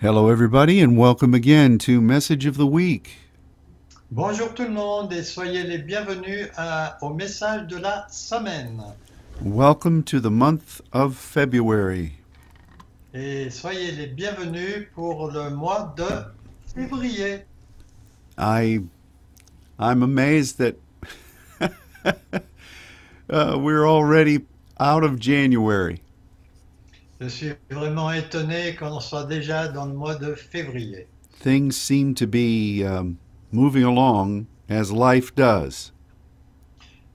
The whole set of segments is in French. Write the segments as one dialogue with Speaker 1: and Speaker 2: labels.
Speaker 1: Hello, everybody, and welcome again to Message of the Week.
Speaker 2: Bonjour tout le monde et soyez les bienvenus à- au message de la semaine.
Speaker 1: Welcome to the month of February.
Speaker 2: Et soyez les bienvenus pour le mois de février.
Speaker 1: I, I'm amazed that uh, we're already out of January.
Speaker 2: Je suis vraiment étonné qu'on soit déjà dans le mois de février.
Speaker 1: Things seem to be um, moving along as life does.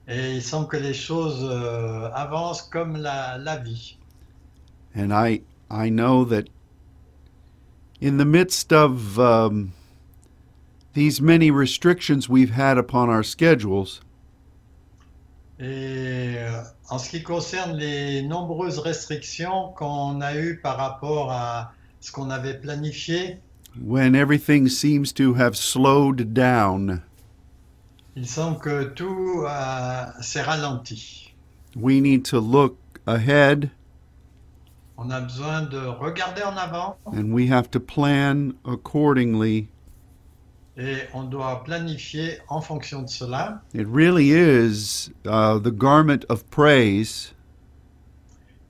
Speaker 2: Et il semble que les choses euh, avancent comme la, la vie.
Speaker 1: And I, I know that in the midst of um, these many restrictions we've had upon our schedules,
Speaker 2: Et euh, en ce qui concerne les nombreuses restrictions qu'on a eues par rapport à ce qu'on avait planifié,
Speaker 1: when everything seems to have slowed down,
Speaker 2: il semble que tout euh, s'est ralenti.
Speaker 1: we need to look ahead
Speaker 2: On a besoin de regarder en avant
Speaker 1: and we have to plan accordingly.
Speaker 2: et on doit planifier en fonction de cela.
Speaker 1: It really is uh, the garment of praise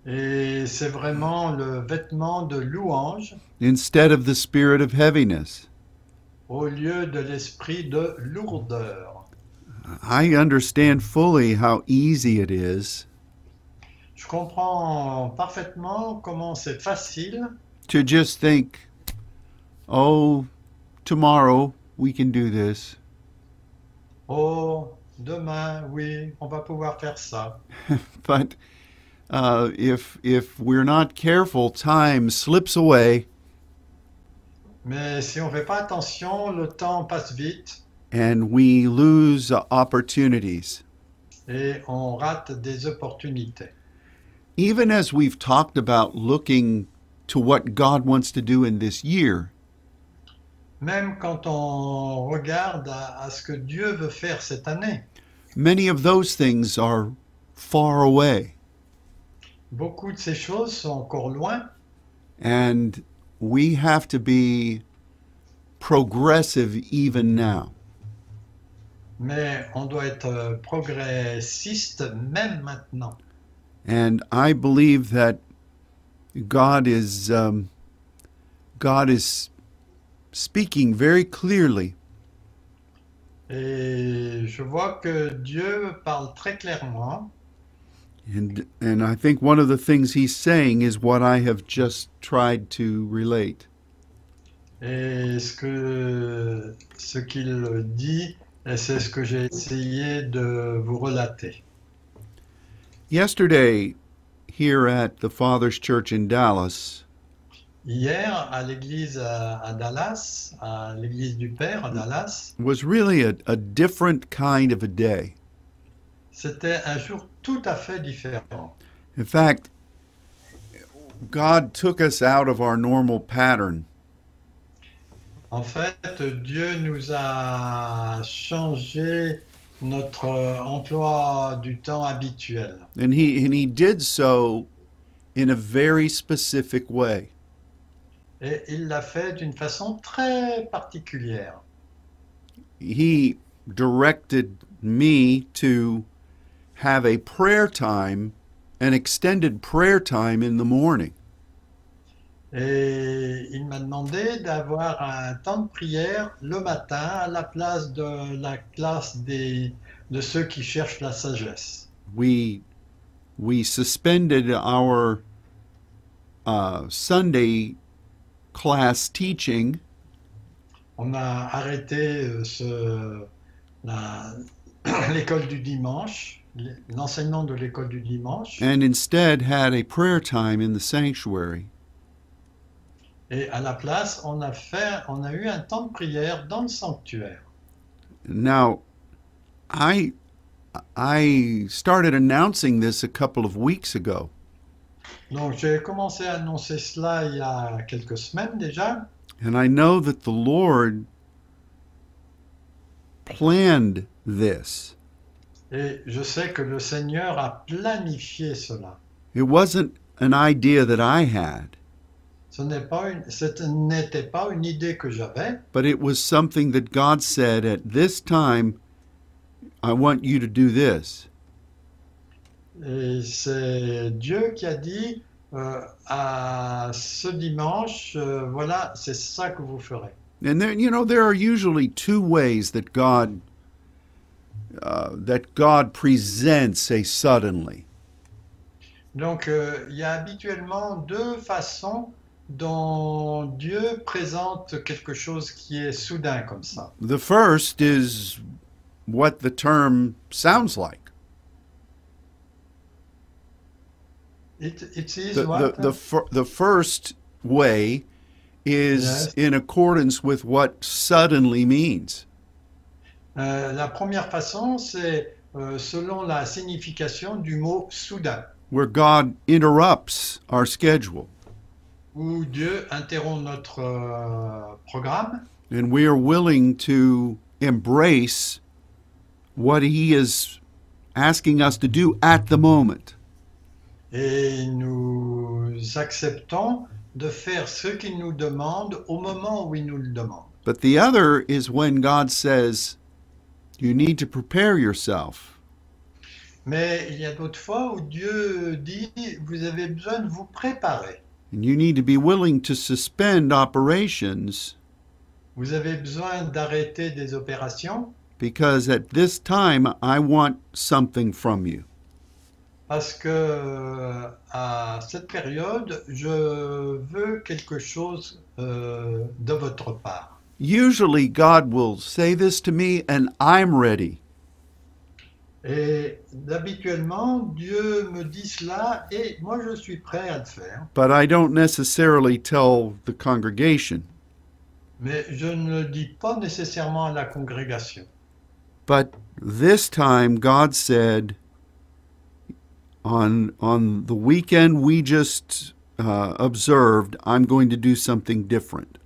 Speaker 2: Et c'est vraiment le vêtement de louange
Speaker 1: instead of the spirit of heaviness.
Speaker 2: au lieu de l'esprit de lourdeur.
Speaker 1: I understand fully how easy it is
Speaker 2: Je comprends parfaitement comment c'est facile
Speaker 1: to just think, oh, tomorrow we can do this.
Speaker 2: Oh, demain, oui, on va pouvoir faire ça.
Speaker 1: But uh, if, if we're not careful, time slips away
Speaker 2: Mais si on ne fait pas attention, le temps passe vite
Speaker 1: and we lose uh, opportunities.
Speaker 2: et on rate des opportunités.
Speaker 1: Even as we've talked about looking to what God wants to do in this year,
Speaker 2: Même quand on regarde à- à ce que Dieu veut faire cette année.
Speaker 1: many of those things are far away.
Speaker 2: Beaucoup de ces choses sont encore loin
Speaker 1: And we have to be progressive even now.
Speaker 2: Mais on doit être euh, progressiste même maintenant.
Speaker 1: And I believe that God is um, God is speaking very clearly
Speaker 2: Et je vois que Dieu parle très clairement.
Speaker 1: And and I think one of the things he's saying is what I have just tried to relate.
Speaker 2: Et ce que ce qu'il dit, et c'est ce que j'ai essayé de vous relater.
Speaker 1: Yesterday here at the Father's Church in Dallas,
Speaker 2: Hier, à l'église à, à Dallas, à l'église du Père à Dallas,
Speaker 1: was really a, a different kind of a day.
Speaker 2: c'était un jour tout à fait différent.
Speaker 1: In fact, God took us out of our normal pattern
Speaker 2: En fait, Dieu nous a changé notre euh, emploi du temps habituel.
Speaker 1: and he and he did so in a very specific way.
Speaker 2: Et il l'a fait d'une façon très particulière.
Speaker 1: He directed me to have a prayer time, an extended prayer time in the morning.
Speaker 2: Et il m'a demandé d'avoir un temps de prière le matin à la place de la classe des, de ceux qui cherchent la sagesse.
Speaker 1: We we suspended our uh, Sunday class teaching
Speaker 2: On a arrêté euh, ce- la- l'école du dimanche, l'enseignement de l'école du dimanche.
Speaker 1: and instead had a prayer time in the sanctuary.
Speaker 2: Et à la place, on a fait, on a eu un temps de prière dans le sanctuaire.
Speaker 1: Now, I I started announcing this a couple of weeks ago,
Speaker 2: Donc j'ai commencé à annoncer cela il y a quelques semaines déjà,
Speaker 1: and I know that the Lord planned this.
Speaker 2: et je sais que le Seigneur a planifié cela.
Speaker 1: It wasn't an idea that I had.
Speaker 2: Ce Ce n'est pas une- ce n'était pas une idée que j'avais,
Speaker 1: but it was something that God said at this time, I want you to do this.
Speaker 2: et c'est Dieu qui a dit euh, à ce dimanche, euh, voilà, c'est ça que vous ferez.
Speaker 1: And then you know there are usually two ways that God uh, that God presents a suddenly.
Speaker 2: Donc, euh, il y a habituellement deux façons dont Dieu présente quelque chose qui est soudain comme ça.
Speaker 1: The first is what the term sounds like.
Speaker 2: It, it is
Speaker 1: The
Speaker 2: what?
Speaker 1: the the, fir- the first way is
Speaker 2: Yes.
Speaker 1: in accordance with what suddenly means.
Speaker 2: Euh, la première façon, c'est euh, selon la signification du mot soudain,
Speaker 1: where God interrupts our schedule
Speaker 2: où Dieu interrompt notre euh, programme
Speaker 1: and we are willing to embrace what He is asking us to do at the moment.
Speaker 2: et nous acceptons de faire ce qu'il nous demande au moment où il nous le demande.
Speaker 1: But the other is when God says, You need to prepare yourself.
Speaker 2: Mais il y a d'autres fois où Dieu dit, vous avez besoin de vous préparer.
Speaker 1: And you need to be willing to suspend operations
Speaker 2: Vous avez besoin d'arrêter des opérations
Speaker 1: because at this time I want something from you.
Speaker 2: parce que euh, à cette période, je veux quelque chose euh, de votre part.
Speaker 1: Usually, God will say this to me, and I'm ready.
Speaker 2: Et habituellement, Dieu me dit cela et moi je suis prêt à le faire,
Speaker 1: But I don't necessarily tell the congregation.
Speaker 2: mais je ne le dis pas nécessairement à la congrégation.
Speaker 1: But this time God said on on the weekend we just uh, observed, I'm going to do something different.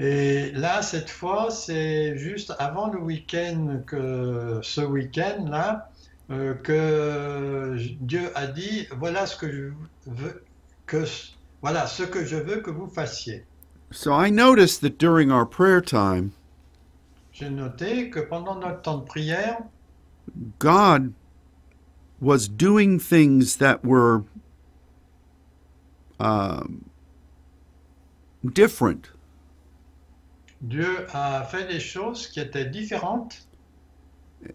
Speaker 2: Et là, cette fois, c'est juste avant le week-end que ce week-end là euh, que j- Dieu a dit voilà ce que je veux que s- voilà ce que je veux que vous fassiez.
Speaker 1: So I noticed that during our prayer time,
Speaker 2: J'ai noté que pendant notre temps de prière,
Speaker 1: God was doing things that were um, different.
Speaker 2: Dieu a fait des choses qui étaient différentes.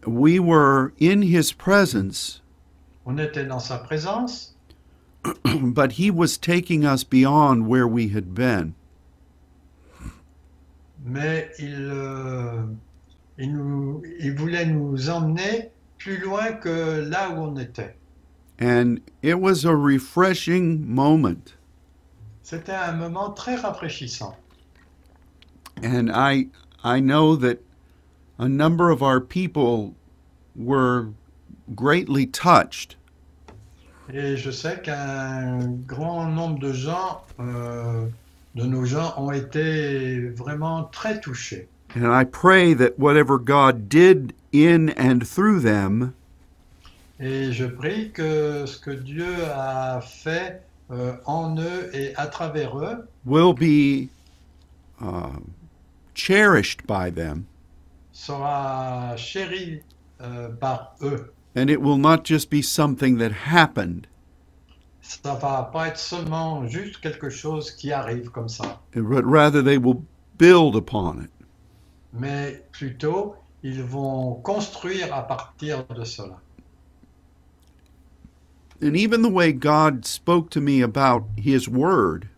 Speaker 1: We were in His presence,
Speaker 2: On était dans sa présence,
Speaker 1: but He was taking us beyond where we had been.
Speaker 2: mais il euh, il nous il voulait nous emmener plus loin que là où on était.
Speaker 1: And it was a refreshing moment.
Speaker 2: C'était un moment très rafraîchissant.
Speaker 1: And I I know that a number of our people were greatly touched.
Speaker 2: Et je sais qu'un grand nombre de gens, euh, de nos gens, ont été vraiment très touchés.
Speaker 1: And I pray that whatever God did in and through them
Speaker 2: Et je prie que ce que Dieu a fait euh, en eux et à travers eux
Speaker 1: will be uh, cherished by them.
Speaker 2: sera chéri euh, par eux.
Speaker 1: And it will not just be something that happened,
Speaker 2: Ça va pas être seulement juste quelque chose qui arrive comme ça,
Speaker 1: but rather they will build upon it.
Speaker 2: mais plutôt ils vont construire à partir de cela.
Speaker 1: And even the way God spoke to me about His Word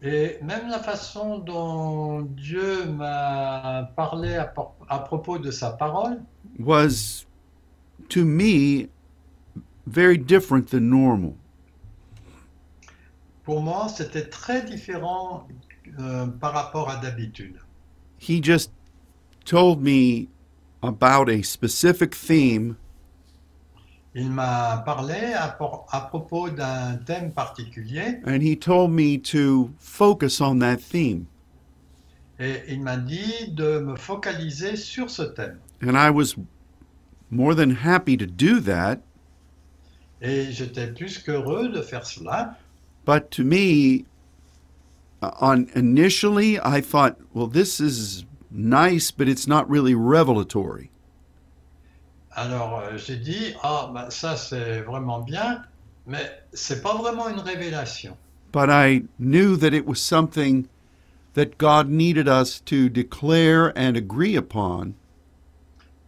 Speaker 2: Et même la façon dont Dieu m'a parlé à, por- à propos de sa parole
Speaker 1: was to me very different than normal.
Speaker 2: pour moi, c'était très différent euh, par rapport à d'habitude.
Speaker 1: He just told me about a specific theme
Speaker 2: Il m'a parlé à, por- à propos d'un thème particulier
Speaker 1: and he told me to focus on that theme.
Speaker 2: et il m'a dit de me focaliser sur ce thème.
Speaker 1: And I was more than happy to do that,
Speaker 2: Et j'étais plus qu'heureux de faire cela,
Speaker 1: But to me, uh, on initially, I thought, well, this is nice, but it's not really revelatory.
Speaker 2: Alors euh, j'ai dit ah ben, ça c'est vraiment bien, mais c'est pas vraiment une révélation.
Speaker 1: But I knew that it was something that God needed us to declare and agree upon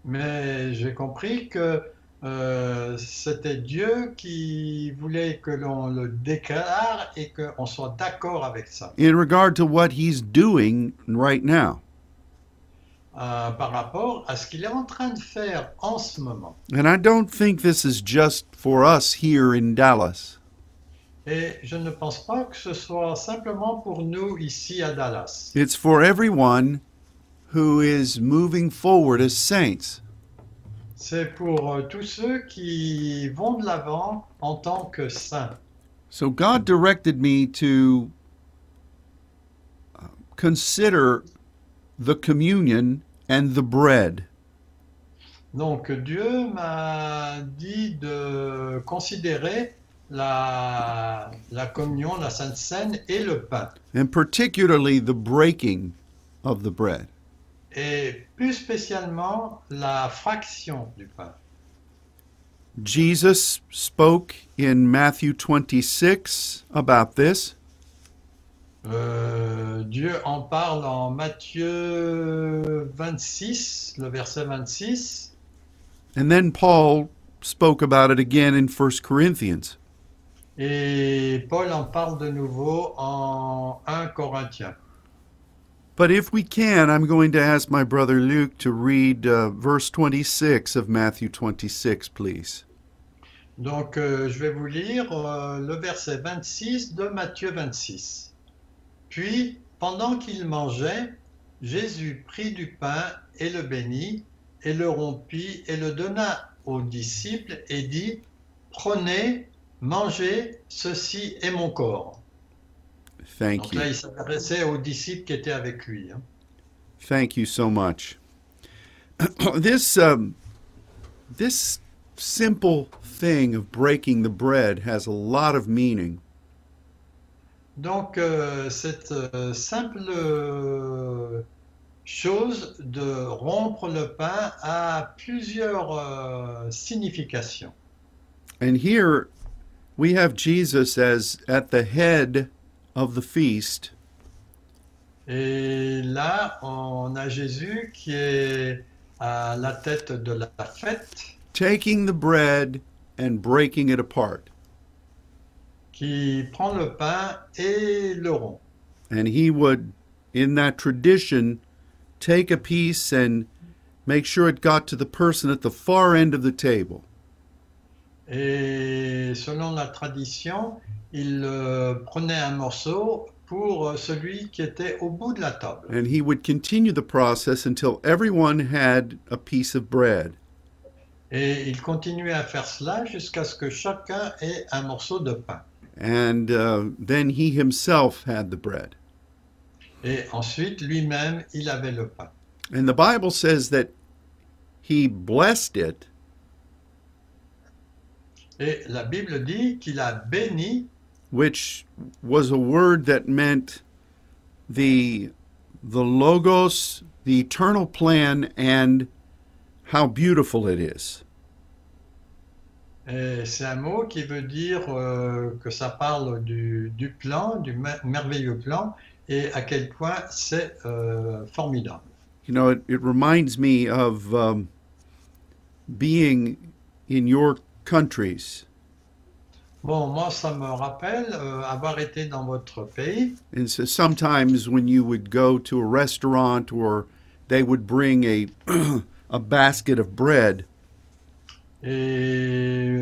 Speaker 2: Mais j'ai compris que euh, c'était Dieu qui voulait que l'on le déclare et qu'on soit d'accord avec ça
Speaker 1: in regard to what He's doing right now.
Speaker 2: euh, par rapport à ce qu'il est en train de faire en ce moment.
Speaker 1: And I don't think this is just for us here in Dallas.
Speaker 2: Et je ne pense pas que ce soit simplement pour nous ici à Dallas.
Speaker 1: It's for everyone who is moving forward as saints.
Speaker 2: C'est pour euh, tous ceux qui vont de l'avant en tant que saints.
Speaker 1: So God directed me to uh, consider the communion and the bread.
Speaker 2: Donc Dieu m'a dit de considérer la, la communion, la Sainte Seine et le pain.
Speaker 1: and particularly the breaking of the bread.
Speaker 2: Et plus spécialement la fraction du pain.
Speaker 1: Jesus spoke in Matthew 26 about this,
Speaker 2: Euh, Dieu en parle en Matthieu 26, le verset 26,
Speaker 1: and then Paul spoke about it again in 1 Corinthians.
Speaker 2: et Paul en parle de nouveau en 1 Corinthiens.
Speaker 1: But if we can, I'm going to ask my brother Luke to read uh, verse 26 of Matthew 26, please.
Speaker 2: Donc euh, je vais vous lire euh, le verset 26 de Matthieu 26. Puis, pendant qu'il mangeait, Jésus prit du pain et le bénit, et le rompit, et le donna aux disciples, et dit, Prenez, mangez, ceci est mon corps.
Speaker 1: Thank
Speaker 2: Donc là,
Speaker 1: you.
Speaker 2: il s'adressait aux disciples qui étaient avec lui. hein.
Speaker 1: Thank you so much. this um, this simple thing of breaking the bread has a lot of meaning.
Speaker 2: Donc, euh, cette euh, simple euh, chose de rompre le pain a plusieurs euh, significations.
Speaker 1: And here we have Jesus as at the head of the feast,
Speaker 2: Et là, on a Jésus qui est à la tête de la fête,
Speaker 1: taking the bread and breaking it apart.
Speaker 2: qui prend le pain et le rompt.
Speaker 1: And he would, in that tradition, take a piece and make sure it got to the person at the far end of the table.
Speaker 2: Et selon la tradition, il euh, prenait un morceau pour euh, celui qui était au bout de la table.
Speaker 1: And he would continue the process until everyone had a piece of bread.
Speaker 2: Et il continuait à faire cela jusqu'à ce que chacun ait un morceau de pain.
Speaker 1: And uh, then he himself had the bread.
Speaker 2: Et ensuite, lui-même, il avait le pain.
Speaker 1: And the Bible says that he blessed it
Speaker 2: Et la Bible dit qu'il a béni,
Speaker 1: which was a word that meant the the logos, the eternal plan and how beautiful it is.
Speaker 2: et c'est un mot qui veut dire euh, que ça parle du, du plan, du mer- merveilleux plan, et à quel point c'est euh, formidable.
Speaker 1: You know, it, it reminds me of um, being in your countries
Speaker 2: Bon, moi, ça me rappelle euh, avoir été dans votre pays,
Speaker 1: and so sometimes when you would go to a restaurant or they would bring a a basket of bread
Speaker 2: et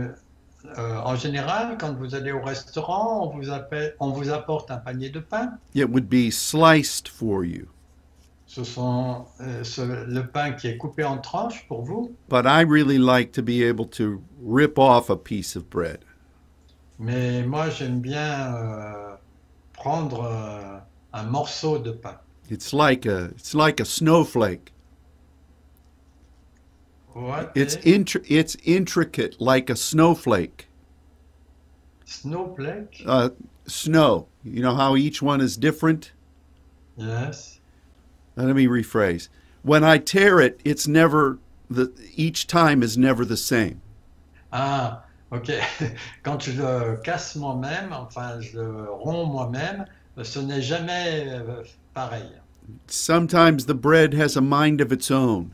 Speaker 2: euh, en général, quand vous allez au restaurant, on vous, appelle- on vous apporte un panier de pain.
Speaker 1: it would be sliced for you
Speaker 2: Ce sont euh, ce- le pain qui est coupé en tranches pour vous,
Speaker 1: but i really like to be able to rip off a piece of bread
Speaker 2: mais moi j'aime bien euh, prendre euh, un morceau de pain.
Speaker 1: It's like a it's like a snowflake.
Speaker 2: What
Speaker 1: It's e-
Speaker 2: is
Speaker 1: intri- it's intricate like a snowflake.
Speaker 2: snowflake?
Speaker 1: Uh, snow. You know how each one is different?
Speaker 2: Yes.
Speaker 1: Let me rephrase. When I tear it, it's never the each time is never the same.
Speaker 2: Ah, ok. Quand je le casse moi-même, enfin je le romps moi-même, ce n'est jamais euh, pareil.
Speaker 1: Sometimes the bread has a mind of its own.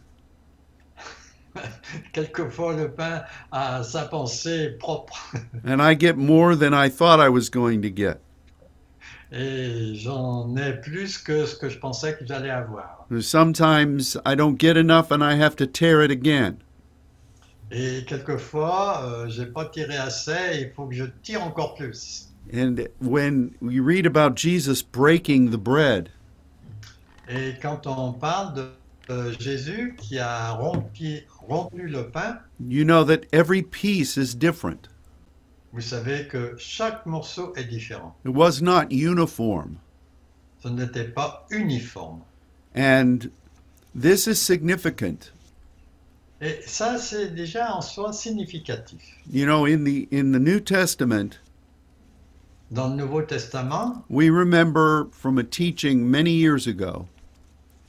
Speaker 2: Quelquefois, le pain a sa pensée propre
Speaker 1: and I get more than I thought I was going to get.
Speaker 2: et j'en ai plus que ce que je pensais que j'allais avoir.
Speaker 1: Sometimes I don't get enough and I have to tear it again.
Speaker 2: Et quelquefois, euh, j'ai pas tiré assez, il faut que je tire encore plus.
Speaker 1: And when you read about Jesus breaking the bread,
Speaker 2: Et quand on parle de euh, Jésus qui a rompi- rompu le pain,
Speaker 1: you know that every piece is different.
Speaker 2: vous savez que chaque morceau est différent.
Speaker 1: It was not uniform.
Speaker 2: Ce n'était pas uniforme.
Speaker 1: And this is significant.
Speaker 2: Et ça, c'est déjà en soi significatif.
Speaker 1: You know, in the in the New Testament,
Speaker 2: Dans le Nouveau Testament,
Speaker 1: we remember from a teaching many years ago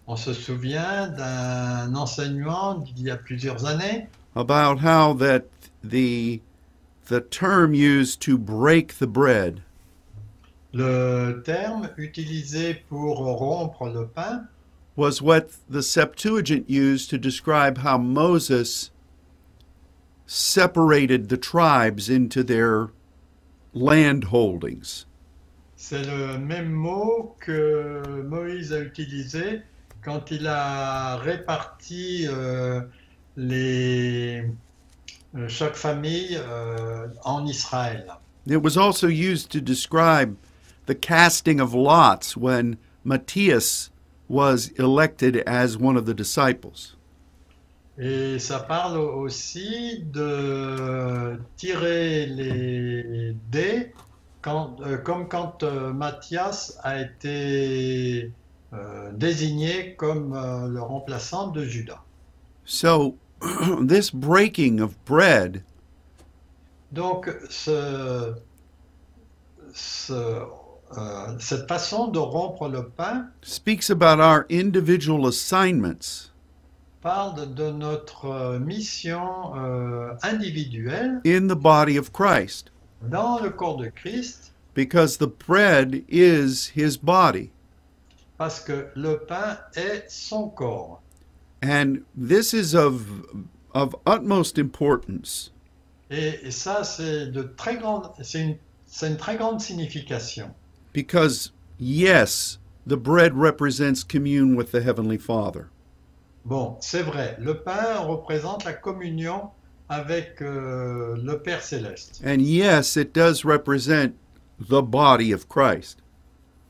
Speaker 2: on se souvient d'un enseignement d'il y a plusieurs années
Speaker 1: about how that the the term used to break the bread
Speaker 2: Le terme utilisé pour rompre le pain,
Speaker 1: was what the Septuagint used to describe how Moses separated the tribes into their land holdings.
Speaker 2: c'est le même mot que Moïse a utilisé quand il a réparti euh, les, euh, chaque famille euh, en Israël.
Speaker 1: It was also used to describe the casting of lots when Matthias was elected as one of the disciples.
Speaker 2: Et ça parle aussi de tirer les dés, quand- euh, comme quand euh, Mathias a été euh, désigné comme euh, le remplaçant de Judas.
Speaker 1: So, this breaking of bread
Speaker 2: Donc, ce- ce, euh, cette façon de rompre le pain
Speaker 1: speaks about our individual assignments
Speaker 2: parle de notre mission euh, individuelle
Speaker 1: in the body of Christ
Speaker 2: dans le corps de Christ.
Speaker 1: because the bread is his body.
Speaker 2: Parce que le pain est son corps.
Speaker 1: And this is of of utmost importance
Speaker 2: Et ça, c'est de très grande, c'est une, c'est une très grande signification.
Speaker 1: because yes, the bread represents commune with the heavenly Father.
Speaker 2: Bon, c'est vrai, le pain représente la communion avec euh, le Père céleste.
Speaker 1: And yes, it does represent the body of Christ.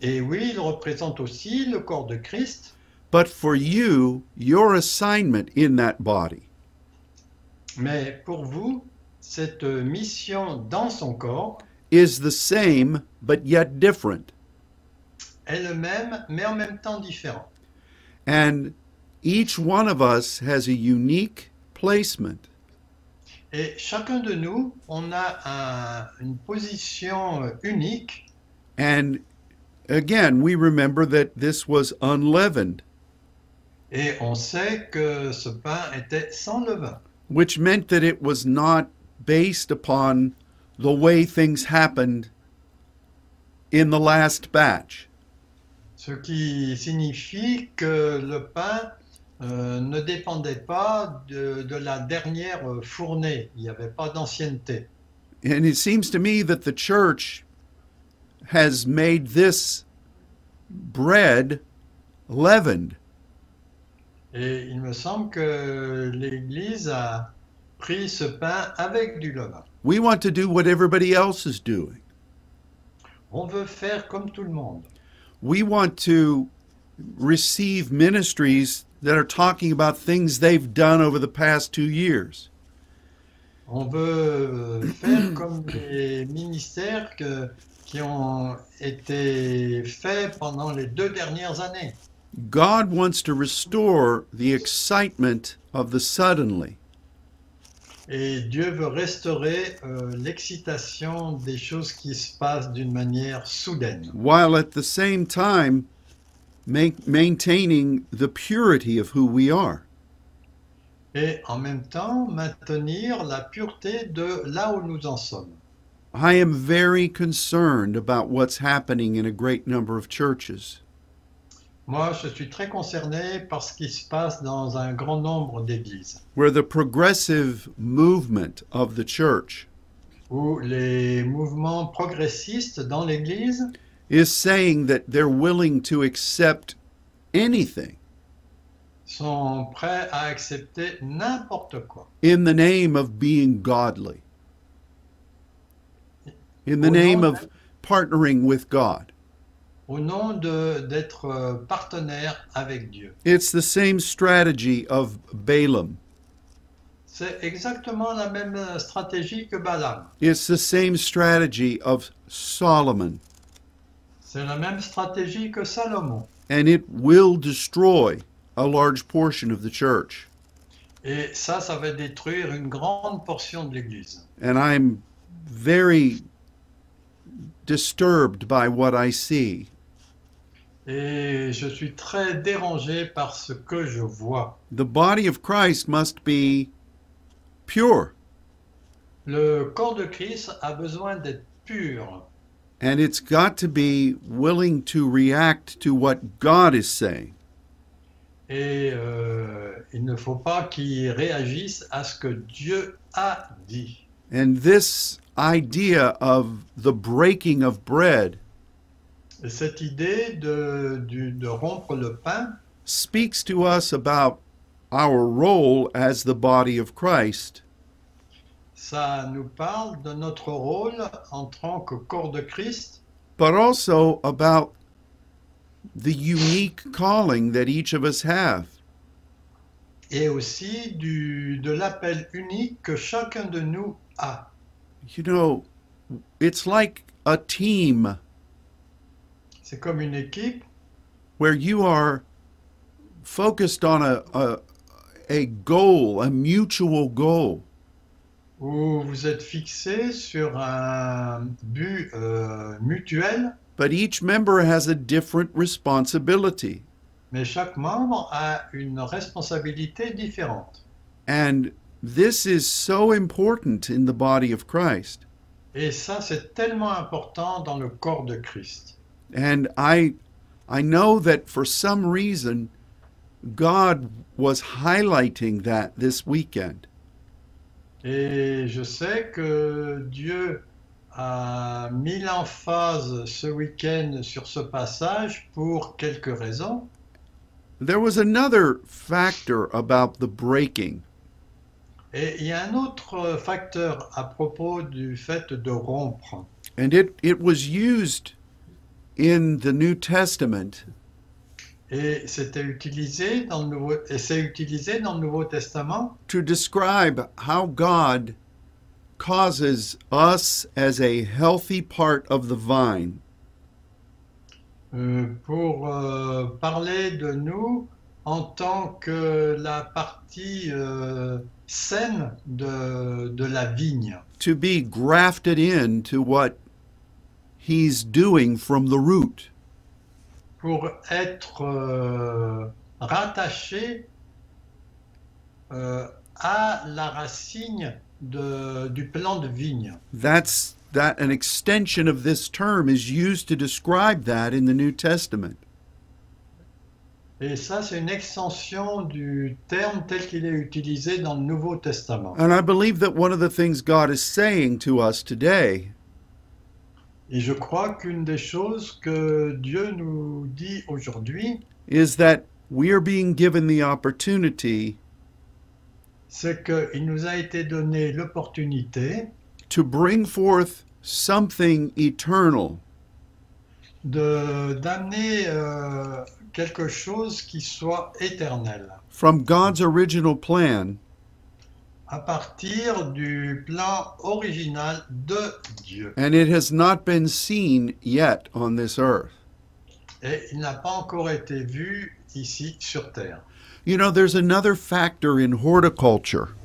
Speaker 2: Et oui, il représente aussi le corps de Christ,
Speaker 1: But for you, your assignment in that body
Speaker 2: mais pour vous, cette mission dans son corps
Speaker 1: is the same but yet different.
Speaker 2: est le même, mais en même temps différent.
Speaker 1: And each one of us has a unique placement.
Speaker 2: Et chacun de nous, on a un- une position euh, unique
Speaker 1: And again, we remember that this was unleavened,
Speaker 2: Et on sait que ce pain était sans levain,
Speaker 1: which meant that it was not based upon the way things happened in the last batch.
Speaker 2: ce qui signifie que le pain euh, ne dépendait pas de, de la dernière fournée, il n'y avait pas d'ancienneté.
Speaker 1: And it seems to me that the church has made this bread leavened.
Speaker 2: Et il me semble que l'Église a pris ce pain avec du levain.
Speaker 1: We want to do what everybody else is doing.
Speaker 2: On veut faire comme tout le monde.
Speaker 1: We want to receive ministries that are talking about things they've done over the past two years.
Speaker 2: On veut euh, faire comme les ministères que- qui ont été faits pendant les deux dernières années.
Speaker 1: God wants to restore the excitement of the suddenly.
Speaker 2: Et Dieu veut restaurer euh, l'excitation des choses qui se passent d'une manière soudaine,
Speaker 1: while at the same time ma- maintaining the purity of who we are.
Speaker 2: et en même temps maintenir la pureté de là où nous en sommes.
Speaker 1: I am very concerned about what's happening in a great number of churches.
Speaker 2: Moi, je suis très concerné par ce qui se passe dans un grand nombre d'églises,
Speaker 1: where the progressive movement of the church
Speaker 2: où les mouvements progressistes dans l'église
Speaker 1: is saying that they're willing to accept anything
Speaker 2: sont prêts à accepter n'importe quoi.
Speaker 1: in the name of being godly, in the name of partnering with God.
Speaker 2: au nom de d'être euh, partenaire avec Dieu.
Speaker 1: It's the same strategy of Balaam,
Speaker 2: C'est exactement la même euh, stratégie que Balaam.
Speaker 1: it's the same strategy of Solomon,
Speaker 2: C'est la même stratégie que Salomon.
Speaker 1: and it will destroy a large portion of the church.
Speaker 2: Et ça, ça va détruire une grande portion de l'Église.
Speaker 1: And I'm very disturbed by what I see.
Speaker 2: Et je suis très dérangé par ce que je vois.
Speaker 1: The body of Christ must be pure,
Speaker 2: Le corps de Christ a besoin d'être pur.
Speaker 1: and it's got to be willing to react to what God is saying.
Speaker 2: Et euh, il ne faut pas qu'il réagisse à ce que Dieu a dit.
Speaker 1: And this idea of the breaking of bread
Speaker 2: Et Cette idée de- du- de rompre le pain,
Speaker 1: speaks to us about our role as the body of Christ
Speaker 2: Ça nous parle de notre rôle en tant que corps de Christ,
Speaker 1: but also about the unique calling that each of us have.
Speaker 2: et aussi du, de l'appel unique que chacun de nous a.
Speaker 1: You know, it's like a team
Speaker 2: C'est comme une équipe
Speaker 1: where you are focused on a, a a goal, a mutual goal,
Speaker 2: où vous êtes fixé sur un but euh, mutuel,
Speaker 1: but each member has a different responsibility.
Speaker 2: mais chaque membre a une responsabilité différente.
Speaker 1: And this is so important in the body of Christ.
Speaker 2: Et ça, c'est tellement important dans le corps de Christ.
Speaker 1: And I I know that for some reason God was highlighting that this weekend.
Speaker 2: Et je sais que Dieu a mis l'emphase ce week-end sur ce passage pour quelques raisons.
Speaker 1: There was another factor about the breaking.
Speaker 2: Et il y a un autre facteur à propos du fait de rompre.
Speaker 1: And it, it was used in the New Testament
Speaker 2: Et c'était utilisé dans le Nouveau, et c'est utilisé dans le Nouveau Testament
Speaker 1: to describe how God causes us as a healthy part of the vine
Speaker 2: euh, pour euh, parler de nous en tant que la partie euh, saine de, de la vigne.
Speaker 1: to be grafted into what He's doing from the root.
Speaker 2: pour être euh, rattaché euh, à la racine de- du plant de vigne.
Speaker 1: That's that an extension of this term is used to describe that in the New Testament.
Speaker 2: Et ça, c'est une extension du terme tel qu'il est utilisé dans le Nouveau Testament.
Speaker 1: And I believe that one of the things God is saying to us today
Speaker 2: Et je crois qu'une des choses que Dieu nous dit aujourd'hui,
Speaker 1: is that we are being given the opportunity
Speaker 2: c'est qu'il nous a été donné l'opportunité
Speaker 1: to bring forth something eternal
Speaker 2: de- d'amener euh, quelque chose qui soit éternel.
Speaker 1: from God's original plan
Speaker 2: à partir du plan original de Dieu.
Speaker 1: and it has not been seen yet on this earth.
Speaker 2: Et il n'a pas encore été vu ici sur Terre.
Speaker 1: You know, there's another factor in horticulture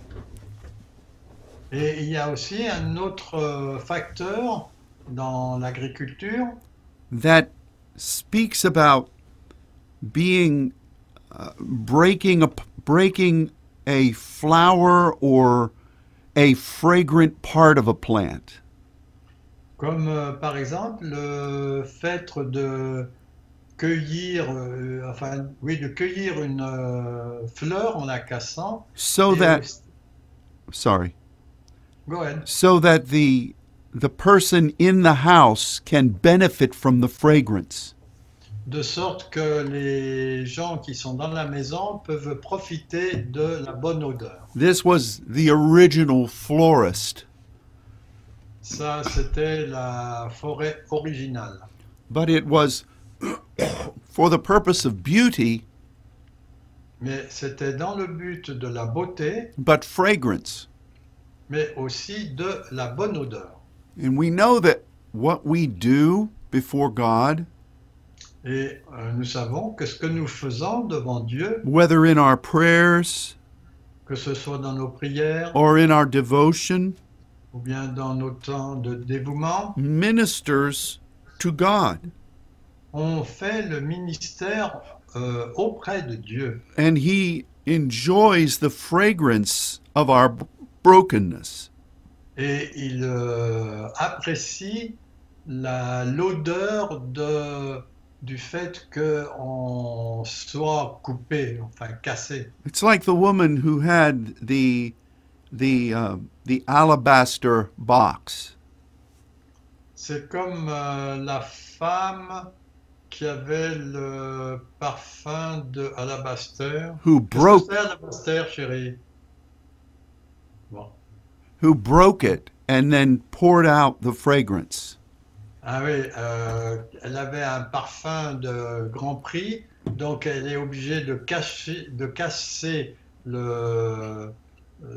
Speaker 2: Et il y a aussi un autre euh, facteur dans l'agriculture.
Speaker 1: that speaks about being uh, breaking a breaking a flower or a fragrant part of a plant.
Speaker 2: Comme euh, par exemple le fait de cueillir, euh, enfin, oui, de cueillir une euh, fleur en la cassant.
Speaker 1: So
Speaker 2: Et
Speaker 1: that
Speaker 2: aussi-
Speaker 1: sorry,
Speaker 2: Go ahead.
Speaker 1: so that the the person in the house can benefit from the fragrance.
Speaker 2: De sorte que les gens qui sont dans la maison peuvent profiter de la bonne odeur.
Speaker 1: This was the original florist,
Speaker 2: Ça, c'était la forêt originale.
Speaker 1: but it was for the purpose of beauty,
Speaker 2: Mais c'était dans le but de la beauté,
Speaker 1: but fragrance.
Speaker 2: mais aussi de la bonne odeur.
Speaker 1: And we know that what we do before God,
Speaker 2: Et euh, nous savons que ce que nous faisons devant Dieu,
Speaker 1: whether in our prayers
Speaker 2: que ce soit dans nos prières
Speaker 1: or in our devotion,
Speaker 2: ou bien dans nos temps de dévouement,
Speaker 1: ministers to God.
Speaker 2: on fait le ministère euh, auprès de Dieu.
Speaker 1: And He enjoys the fragrance of our b- brokenness.
Speaker 2: Et il euh, apprécie la- l'odeur de- du fait qu'on soit coupé, enfin cassé.
Speaker 1: It's like the woman who had the the uh, the alabaster box.
Speaker 2: C'est comme euh, la femme qui avait le parfum de alabaster.
Speaker 1: Who
Speaker 2: Qu'est-ce que
Speaker 1: broke
Speaker 2: c'est, alabaster, chérie? Bon.
Speaker 1: who broke it and then poured out the fragrance.
Speaker 2: Ah oui, euh, elle avait un parfum de grand prix, donc elle est obligée de cacher, de casser le, euh,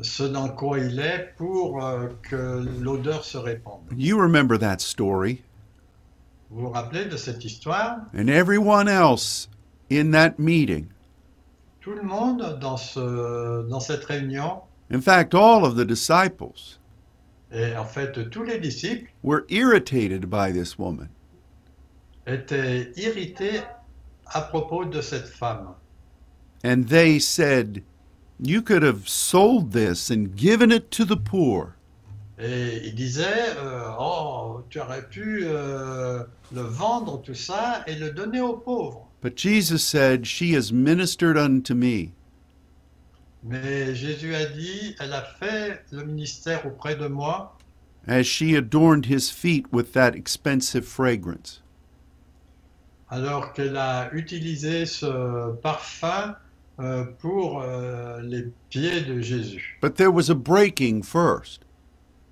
Speaker 2: ce dans quoi il est pour euh, que l'odeur se répande.
Speaker 1: You remember that story.
Speaker 2: Vous vous rappelez de cette histoire?
Speaker 1: And everyone else in that meeting,
Speaker 2: Tout le monde dans ce, dans cette réunion,
Speaker 1: in fact, all of the disciples,
Speaker 2: et en fait tous les disciples,
Speaker 1: were irritated by this woman.
Speaker 2: étaient irrités à propos de cette femme.
Speaker 1: And they said, You could have sold this and given it to the poor.
Speaker 2: Et il disait, euh, oh, tu aurais pu euh, le vendre tout ça et le donner aux pauvres.
Speaker 1: But Jesus said, She has ministered unto me.
Speaker 2: Mais Jésus a dit, elle a fait le ministère auprès de moi
Speaker 1: As she adorned his feet with that expensive fragrance.
Speaker 2: alors qu'elle a utilisé ce parfum euh, pour euh, les pieds de Jésus.
Speaker 1: But there was a breaking first.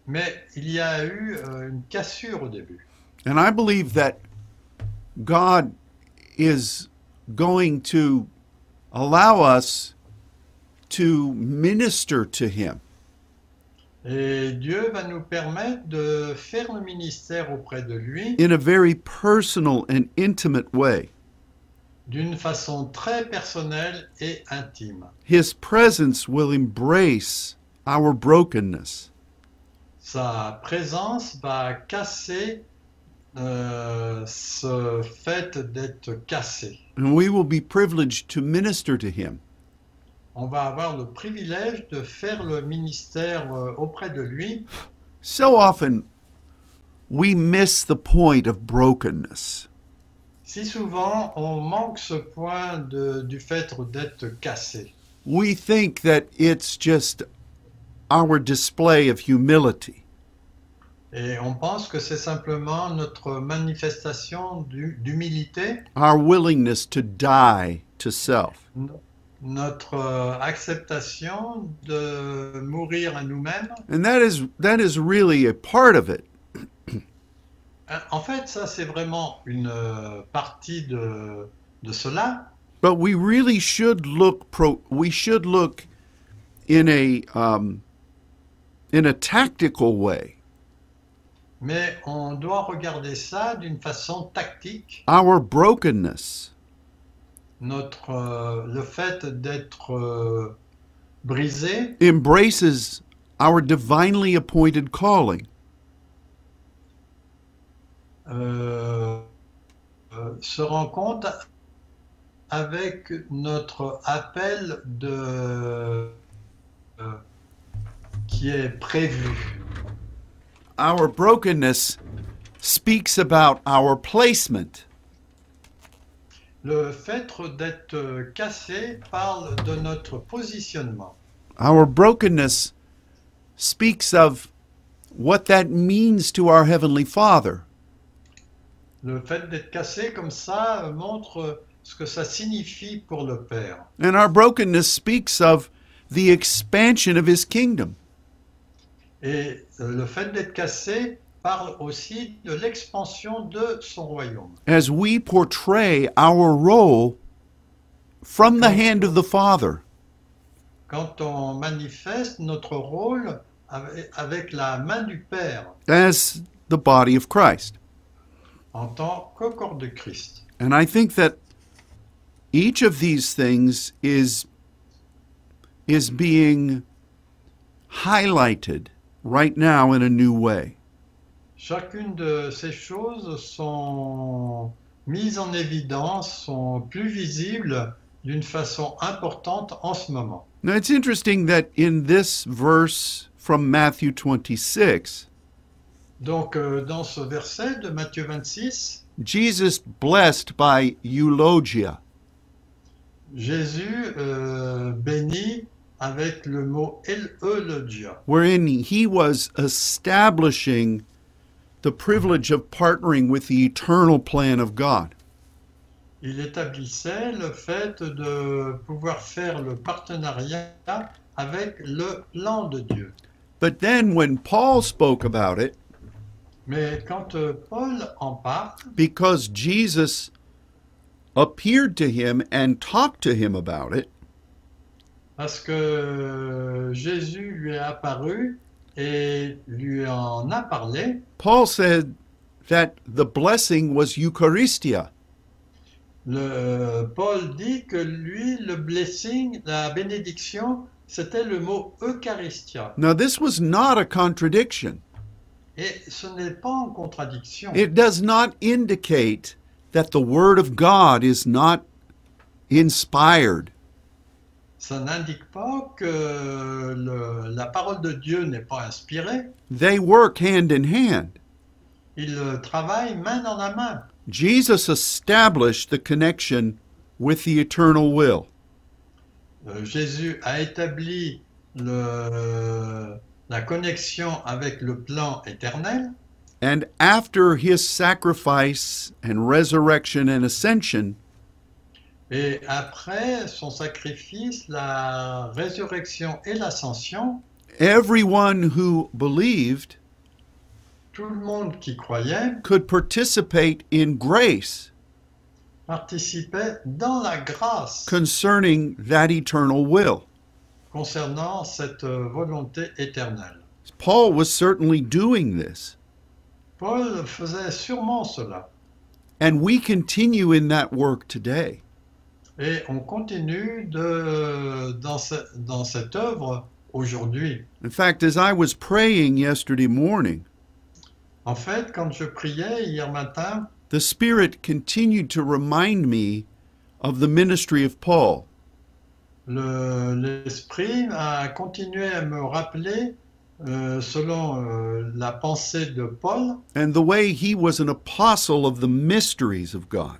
Speaker 2: Mais il y a eu euh, une cassure au début.
Speaker 1: And I believe that God is going to allow us to minister to Him.
Speaker 2: Et Dieu va nous permettre de faire le ministère auprès de lui
Speaker 1: in a very personal and intimate way.
Speaker 2: d'une façon très personnelle et intime.
Speaker 1: His presence will embrace our brokenness.
Speaker 2: Sa présence va casser euh, ce fait d'être cassé.
Speaker 1: And we will be privileged to minister to him.
Speaker 2: On va avoir le privilège de faire le ministère euh, auprès de lui.
Speaker 1: So often, we miss the point of brokenness.
Speaker 2: Si souvent on manque ce point de- du fait d'être cassé,
Speaker 1: We think that it's just our display of humility.
Speaker 2: et on pense que c'est simplement notre manifestation du- d'humilité,
Speaker 1: Our willingness to die to self.
Speaker 2: notre euh, acceptation de mourir à nous-mêmes.
Speaker 1: And that is, that is really a part of it.
Speaker 2: Euh, En fait, ça, c'est vraiment une euh, partie de, de cela,
Speaker 1: But we really should look pro. We should look in a um, in a tactical way.
Speaker 2: mais on doit regarder ça d'une façon tactique.
Speaker 1: Our brokenness,
Speaker 2: Notre, euh, le fait d'être euh, brisé
Speaker 1: embraces our divinely appointed calling.
Speaker 2: euh, euh, se rend compte avec notre appel de, euh, qui est prévu.
Speaker 1: Our brokenness speaks about our placement.
Speaker 2: Le fait d'être cassé parle de notre positionnement.
Speaker 1: Our brokenness speaks of what that means to our Heavenly Father.
Speaker 2: Le fait d'être cassé comme ça euh, montre ce que ça signifie pour le Père.
Speaker 1: And our brokenness speaks of the expansion of His kingdom.
Speaker 2: Et euh, le fait d'être cassé parle aussi de l'expansion de son royaume.
Speaker 1: as we portray our role from the hand of the Father.
Speaker 2: Quand on manifeste notre rôle avec- avec la main du Père
Speaker 1: as the body of Christ.
Speaker 2: en tant que corps de Christ.
Speaker 1: And I think that each of these things is is being highlighted right now in a new way.
Speaker 2: Chacune de ces choses sont mises en évidence, sont plus visibles d'une façon importante en ce moment.
Speaker 1: Now it's interesting that in this verse from Matthew 26,
Speaker 2: Donc euh, dans ce verset de Matthieu 26,
Speaker 1: Jesus blessed by eulogia.
Speaker 2: Jésus euh, bénit avec le mot Dieu.
Speaker 1: wherein he was establishing the privilege of partnering with the eternal plan of God.
Speaker 2: Il établissait le fait de pouvoir faire le partenariat avec le plan de Dieu.
Speaker 1: But then when Paul spoke about it,
Speaker 2: Mais quand euh, Paul en parle,
Speaker 1: because Jesus appeared to him and talked to him about it,
Speaker 2: parce que Jésus lui est apparu et lui en a parlé,
Speaker 1: Paul said that the blessing was Eucharistia.
Speaker 2: le, euh, Paul dit que lui, le blessing, la bénédiction, c'était le mot Eucharistia.
Speaker 1: Now, this was not a contradiction.
Speaker 2: Et ce n'est pas en contradiction.
Speaker 1: It does not indicate that the Word of God is not inspired.
Speaker 2: Ça n'indique pas que euh, le- la parole de Dieu n'est pas inspirée.
Speaker 1: They work hand in hand.
Speaker 2: Ils euh, travaillent main dans la main.
Speaker 1: Jesus established the connection with the eternal will.
Speaker 2: Euh, Jésus a établi le- la connexion avec le plan éternel.
Speaker 1: And after his sacrifice and resurrection and ascension,
Speaker 2: Et après son sacrifice, la résurrection et l'ascension,
Speaker 1: everyone who believed
Speaker 2: tout le monde qui croyait
Speaker 1: could participate in grace
Speaker 2: participait dans la grâce
Speaker 1: concerning that eternal will.
Speaker 2: concernant cette euh, volonté éternelle.
Speaker 1: Paul was certainly doing this,
Speaker 2: Paul faisait sûrement cela.
Speaker 1: and we continue in that work today.
Speaker 2: Et on continue de, dans, ce- dans cette œuvre aujourd'hui.
Speaker 1: In fact, as I was praying yesterday morning,
Speaker 2: En fait, quand je priais hier matin,
Speaker 1: the Spirit continued to remind me of the ministry of Paul.
Speaker 2: le- l'esprit a continué à me rappeler, euh, selon euh, la pensée de Paul,
Speaker 1: and the way he was an apostle of the mysteries of God.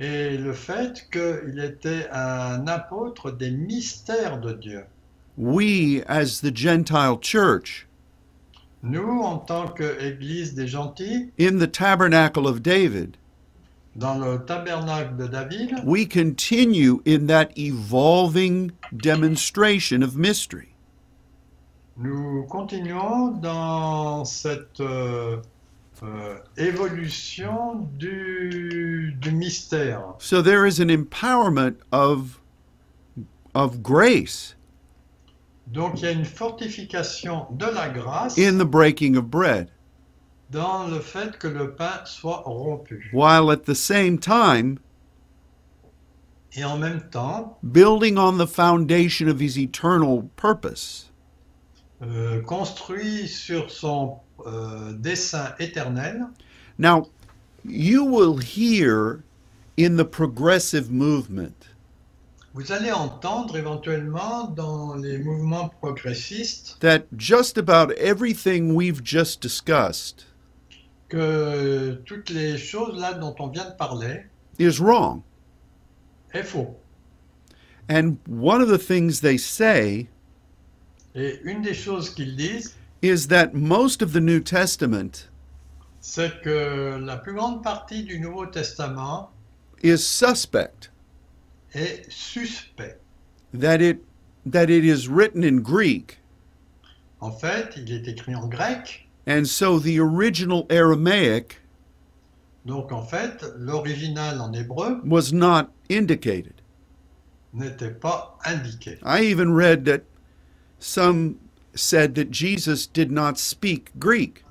Speaker 2: et le fait qu'il était un apôtre des mystères de Dieu.
Speaker 1: We, as the Gentile church,
Speaker 2: Nous, en tant qu'Église des gentils,
Speaker 1: in the tabernacle of David,
Speaker 2: dans le tabernacle de David,
Speaker 1: we continue in that evolving demonstration of mystery.
Speaker 2: Nous continuons dans cette euh, euh, évolution du, du mystère.
Speaker 1: So there is an empowerment of, of grace
Speaker 2: Donc il y a une fortification de la grâce
Speaker 1: in the breaking of bread,
Speaker 2: dans le fait que le pain soit rompu.
Speaker 1: while at the same time
Speaker 2: Et en même temps,
Speaker 1: building on the foundation of his eternal purpose.
Speaker 2: euh, construit sur son euh, dessein éternel.
Speaker 1: Now, you will hear in the progressive movement
Speaker 2: Vous allez entendre éventuellement dans les mouvements progressistes
Speaker 1: that just about everything we've just discussed
Speaker 2: que toutes les choses là dont on vient de parler
Speaker 1: is wrong.
Speaker 2: est faux.
Speaker 1: And one of the things they say
Speaker 2: Et une des choses qu'ils disent,
Speaker 1: is that most of the New Testament
Speaker 2: c'est que la plus grande partie du Nouveau Testament
Speaker 1: is suspect,
Speaker 2: est suspect.
Speaker 1: that it, that it is written in Greek,
Speaker 2: En fait, il est écrit en grec,
Speaker 1: and so the original Aramaic
Speaker 2: donc en fait, l'original en hébreu
Speaker 1: was not indicated.
Speaker 2: n'était pas indiqué.
Speaker 1: I even read that some said that Jesus did not speak Greek.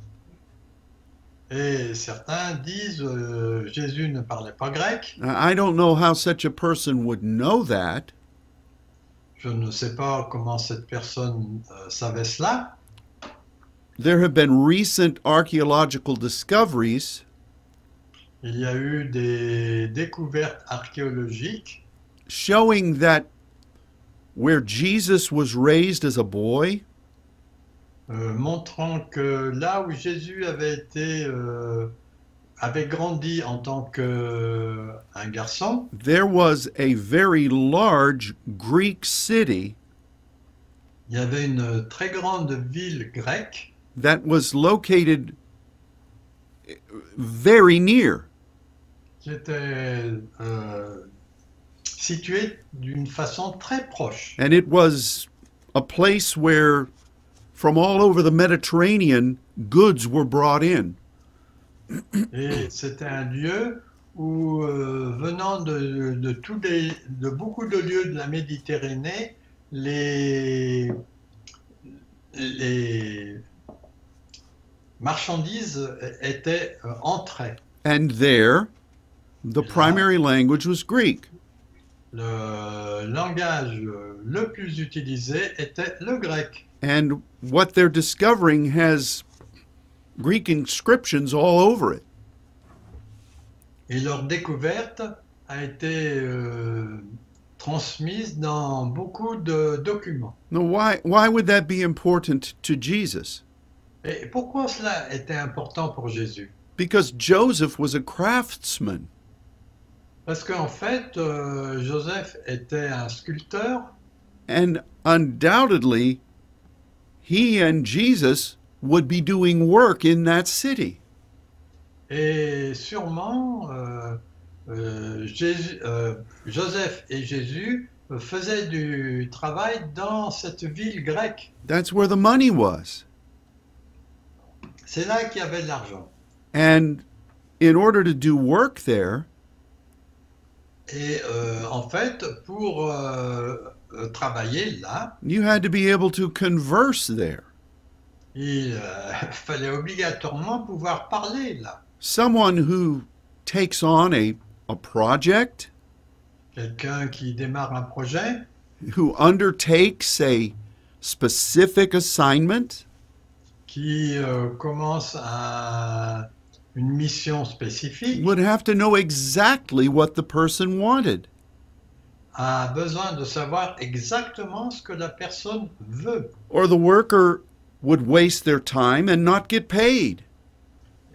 Speaker 2: Et certains disent euh, Jésus ne parlait pas grec.
Speaker 1: Uh, I I don't know how such a person would know that,
Speaker 2: Je ne sais pas comment cette personne euh, savait cela.
Speaker 1: There have been recent archaeological discoveries
Speaker 2: Il y a eu des découvertes archéologiques
Speaker 1: showing that where Jesus was raised as a boy,
Speaker 2: euh, montrant que là où Jésus avait été euh, avait grandi en tant que euh, un garçon,
Speaker 1: there was a very large Greek city
Speaker 2: il y avait une très grande ville grecque
Speaker 1: that was located uh, very near.
Speaker 2: qui était euh, située d'une façon très proche.
Speaker 1: And it was a place where, from all over the Mediterranean, goods were brought in.
Speaker 2: Et c'était un lieu où, euh, venant de, de tous les- de beaucoup de lieux de la Méditerranée, les, les marchandises étaient euh, entrées.
Speaker 1: And there, the primary language was Greek.
Speaker 2: Le langage le plus utilisé était le grec.
Speaker 1: And what they're discovering has Greek inscriptions all over it.
Speaker 2: Et leur découverte a été euh, transmise dans beaucoup de documents.
Speaker 1: Now, why, why would that be important to Jesus?
Speaker 2: Et pourquoi cela était important pour Jésus
Speaker 1: Because Joseph was a craftsman.
Speaker 2: Parce qu'en fait, euh, Joseph était un sculpteur
Speaker 1: And undoubtedly, he and Jesus would be doing work in that city.
Speaker 2: et sûrement euh, euh, Jésus- euh, Joseph et Jésus euh, faisaient du travail dans cette ville grecque.
Speaker 1: That's where the money was.
Speaker 2: C'est là qu'il y avait de l'argent.
Speaker 1: And in order to do work there,
Speaker 2: Et euh, en fait, pour euh, euh, travailler là,
Speaker 1: you had to be able to converse there.
Speaker 2: il euh, fallait obligatoirement pouvoir parler là.
Speaker 1: Someone who takes on a, a project,
Speaker 2: Quelqu'un qui démarre un projet,
Speaker 1: who undertakes a specific assignment,
Speaker 2: qui euh, commence un- une mission spécifique,
Speaker 1: would have to know exactly what the person wanted.
Speaker 2: a besoin de savoir exactement ce que la personne veut.
Speaker 1: Or the worker would waste their time and not get paid.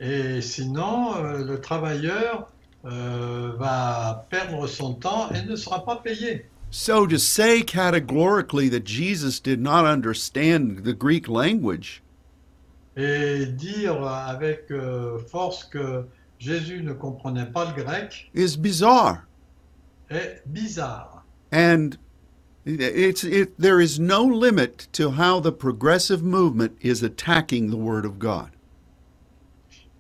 Speaker 2: Et sinon, euh, le travailleur euh, va perdre son temps et ne sera pas payé.
Speaker 1: So to say categorically that Jesus did not understand the Greek language
Speaker 2: Et dire avec euh, force que Jésus ne comprenait pas le grec
Speaker 1: is bizarre.
Speaker 2: est bizarre.
Speaker 1: And it's it, there is no limit to how the progressive movement is attacking the Word of God.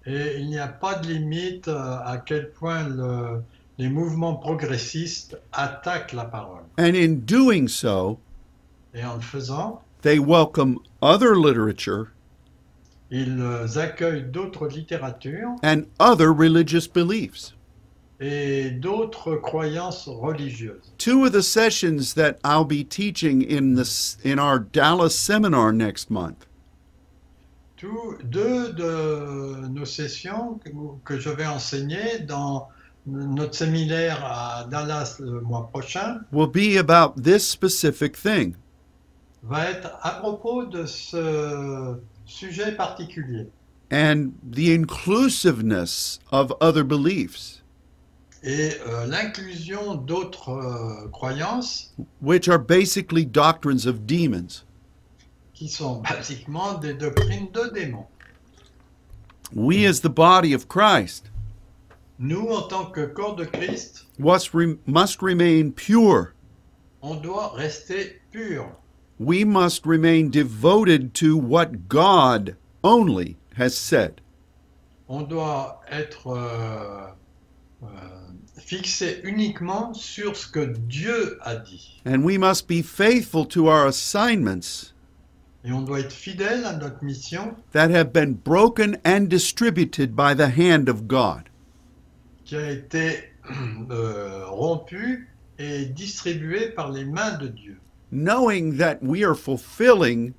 Speaker 2: Et il n'y a pas de limite euh, à quel point le- les mouvements progressistes attaquent la parole.
Speaker 1: And in doing so,
Speaker 2: Et en le faisant,
Speaker 1: they welcome other literature
Speaker 2: Ils accueillent d'autres littératures
Speaker 1: and other religious beliefs.
Speaker 2: et d'autres croyances religieuses.
Speaker 1: Two of the sessions that I'll be teaching in this in our Dallas seminar next month
Speaker 2: Tous- deux de nos sessions que, que je vais enseigner dans notre séminaire à Dallas le mois prochain
Speaker 1: will be about this specific thing.
Speaker 2: va être à propos de ce sujet particulier
Speaker 1: and the inclusiveness of other beliefs,
Speaker 2: et euh, l'inclusion d'autres euh, croyances
Speaker 1: which are basically doctrines of demons.
Speaker 2: qui sont basiquement des doctrines de démons.
Speaker 1: We, as the body of Christ,
Speaker 2: Nous, en tant que corps de Christ,
Speaker 1: must, re- must remain pure.
Speaker 2: on doit rester pur.
Speaker 1: We must remain devoted to what God only has said.
Speaker 2: On doit être euh, euh, fixé uniquement sur ce que Dieu a dit.
Speaker 1: And we must be faithful to our assignments
Speaker 2: Et on doit être fidèle à notre mission
Speaker 1: that have been broken and distributed by the hand of God.
Speaker 2: qui a été euh, rompue et distribuée par les mains de Dieu.
Speaker 1: knowing that we are fulfilling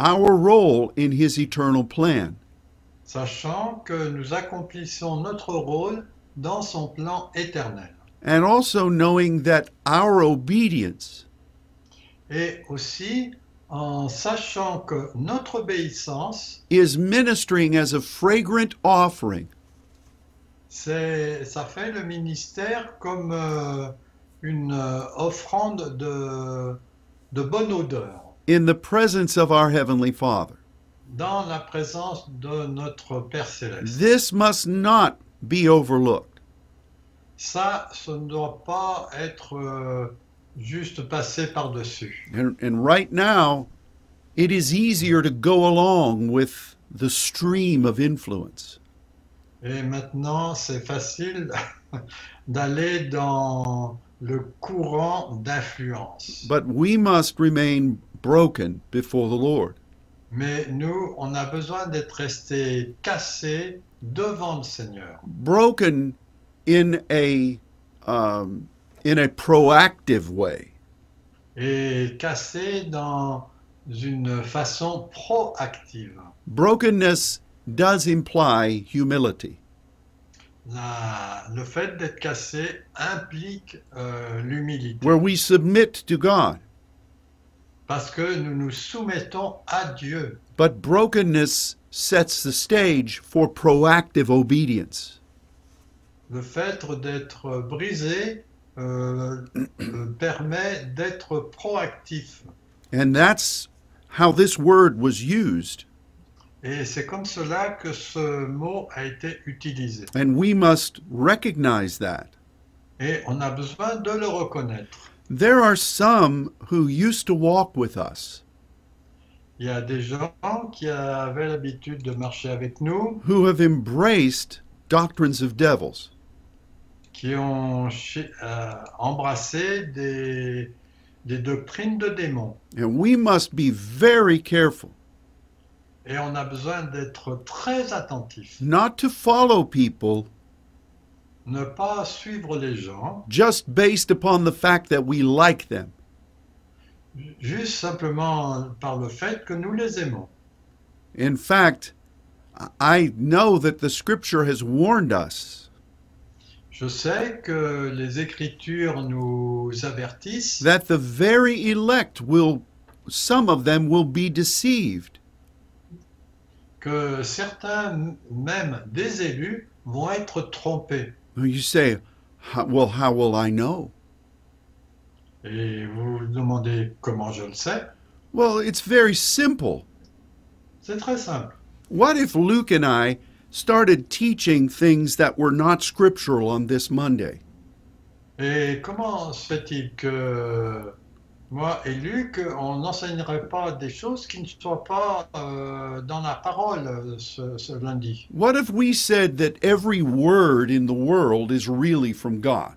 Speaker 1: our role in His eternal plan.
Speaker 2: sachant que nous accomplissons notre rôle dans son plan éternel.
Speaker 1: And also knowing that our obedience
Speaker 2: Et aussi en sachant que notre obéissance,
Speaker 1: is ministering as a fragrant offering
Speaker 2: c'est, ça fait le ministère comme euh, une euh, offrande de, de bonne odeur
Speaker 1: in the presence of our Heavenly Father.
Speaker 2: dans la présence de notre Père céleste.
Speaker 1: This must not be overlooked.
Speaker 2: Ça, ça ne doit pas être euh, juste passé par-dessus.
Speaker 1: And, and right now, it is easier to go along with the stream of influence.
Speaker 2: Et maintenant, c'est facile d'aller dans le courant d'influence.
Speaker 1: But we must remain broken before the Lord.
Speaker 2: Mais nous, on a besoin d'être restés cassés devant le Seigneur.
Speaker 1: broken in a um, in a proactive way,
Speaker 2: Et cassés dans une façon proactive.
Speaker 1: brokenness does imply humility.
Speaker 2: La- le fait d'être cassé implique euh, l'humilité.
Speaker 1: Where we submit to God,
Speaker 2: Parce que nous nous soumettons à Dieu.
Speaker 1: but brokenness sets the stage for proactive obedience.
Speaker 2: Le fait d'être brisé euh, euh, permet d'être proactif.
Speaker 1: And that's how this word was used.
Speaker 2: Et c'est comme cela que ce mot a été utilisé.
Speaker 1: And we must recognize that.
Speaker 2: Et on a besoin de le reconnaître.
Speaker 1: There are some who used to walk with us
Speaker 2: Il y a des gens qui avaient l'habitude de marcher avec nous,
Speaker 1: who have embraced doctrines of devils.
Speaker 2: qui ont chi- euh, embrassé des, des doctrines de démons.
Speaker 1: And we must be very careful
Speaker 2: Et on a besoin d'être très attentif,
Speaker 1: not to follow people
Speaker 2: ne pas suivre les gens
Speaker 1: just based upon the fact that we like them.
Speaker 2: juste simplement par le fait que nous les aimons.
Speaker 1: In fact, I- I know that the scripture has warned us
Speaker 2: Je sais que les Écritures nous avertissent
Speaker 1: that the very elect will, some of them will be deceived.
Speaker 2: que certains, même des élus, vont être trompés.
Speaker 1: Well, You say, "How- well, how will I know?
Speaker 2: Et vous vous demandez comment je le sais
Speaker 1: Well, it's very simple.
Speaker 2: C'est très simple.
Speaker 1: What if Luke and I started teaching things that were not scriptural on this Monday?
Speaker 2: Et comment se fait-il que moi et Luc, on n'enseignerait pas des choses qui ne soient pas euh, dans la parole euh, ce, ce lundi
Speaker 1: What if we said that every word in the world is really from God?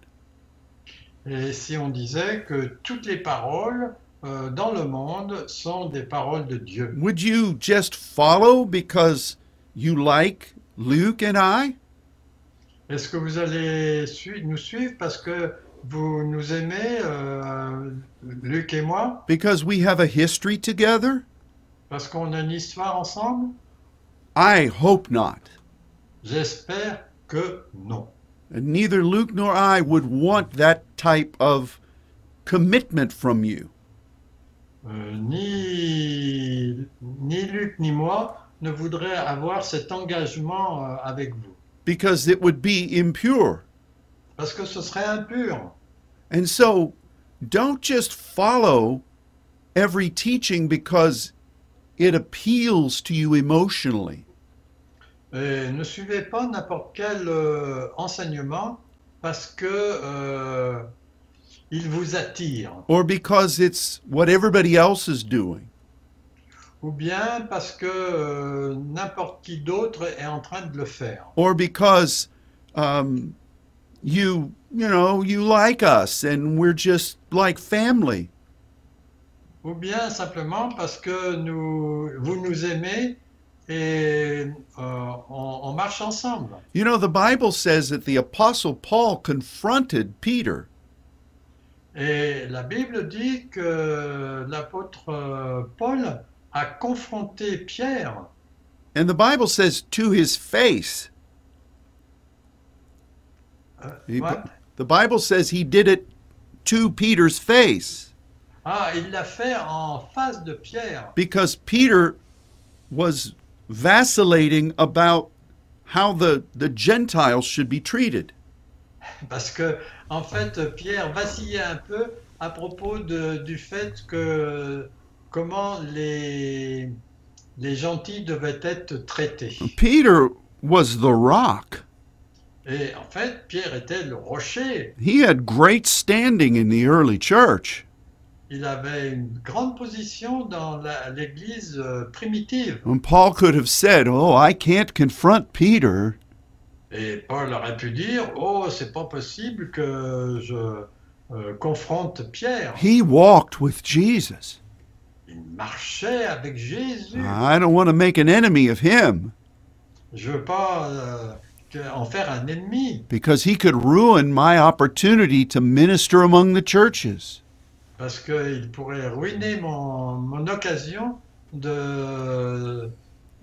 Speaker 2: Et si on disait que toutes les paroles euh, dans le monde sont des paroles de Dieu
Speaker 1: Would you just follow because you like Luke and I?
Speaker 2: Est-ce que vous allez su- nous suivre parce que vous nous aimez, euh, Luc et moi,
Speaker 1: because we have a history together?
Speaker 2: parce qu'on a une histoire ensemble
Speaker 1: I hope not.
Speaker 2: J'espère que non.
Speaker 1: And neither Luke nor I would want that type of commitment from you.
Speaker 2: Euh, ni, ni Luc ni moi ne voudraient avoir cet engagement euh, avec vous,
Speaker 1: because it would be impure.
Speaker 2: parce que ce serait impur.
Speaker 1: And so don't just follow every teaching because it appeals to you emotionally.
Speaker 2: Et ne suivez pas n'importe quel euh, enseignement parce que euh, il vous attire,
Speaker 1: or because it's what everybody else is doing.
Speaker 2: ou bien parce que euh, n'importe qui d'autre est en train de le faire,
Speaker 1: or because um, you you know you like us and we're just like family
Speaker 2: ou bien simplement parce que nous, vous nous aimez et euh, on- on marche ensemble.
Speaker 1: you know the bible says that the apostle paul confronted peter
Speaker 2: Et la Bible dit que l'apôtre euh, Paul a confronté Pierre
Speaker 1: and the bible says to his face
Speaker 2: Euh,
Speaker 1: He-
Speaker 2: ouais.
Speaker 1: the bible says he did it to peter's face
Speaker 2: Ah, il l'a fait en face de Pierre,
Speaker 1: because peter was vacillating about how the, the gentiles should be treated
Speaker 2: parce que en fait Pierre vacillait un peu à propos de- du fait que comment les les gentils devaient être traités.
Speaker 1: peter was the rock
Speaker 2: Et en fait, Pierre était le rocher.
Speaker 1: He had great standing in the early church,
Speaker 2: Il avait une grande position dans la- l'Église euh, primitive.
Speaker 1: and Paul could have said, Oh, I can't confront Peter.
Speaker 2: Et Paul aurait pu dire, oh, c'est pas possible que je euh, confronte Pierre.
Speaker 1: He walked with Jesus.
Speaker 2: Il marchait avec Jésus.
Speaker 1: I don't want to make an enemy of him
Speaker 2: Je veux pas euh, que- en faire un ennemi
Speaker 1: because he could ruin my opportunity to minister among the churches.
Speaker 2: parce qu'il pourrait ruiner mon, mon occasion de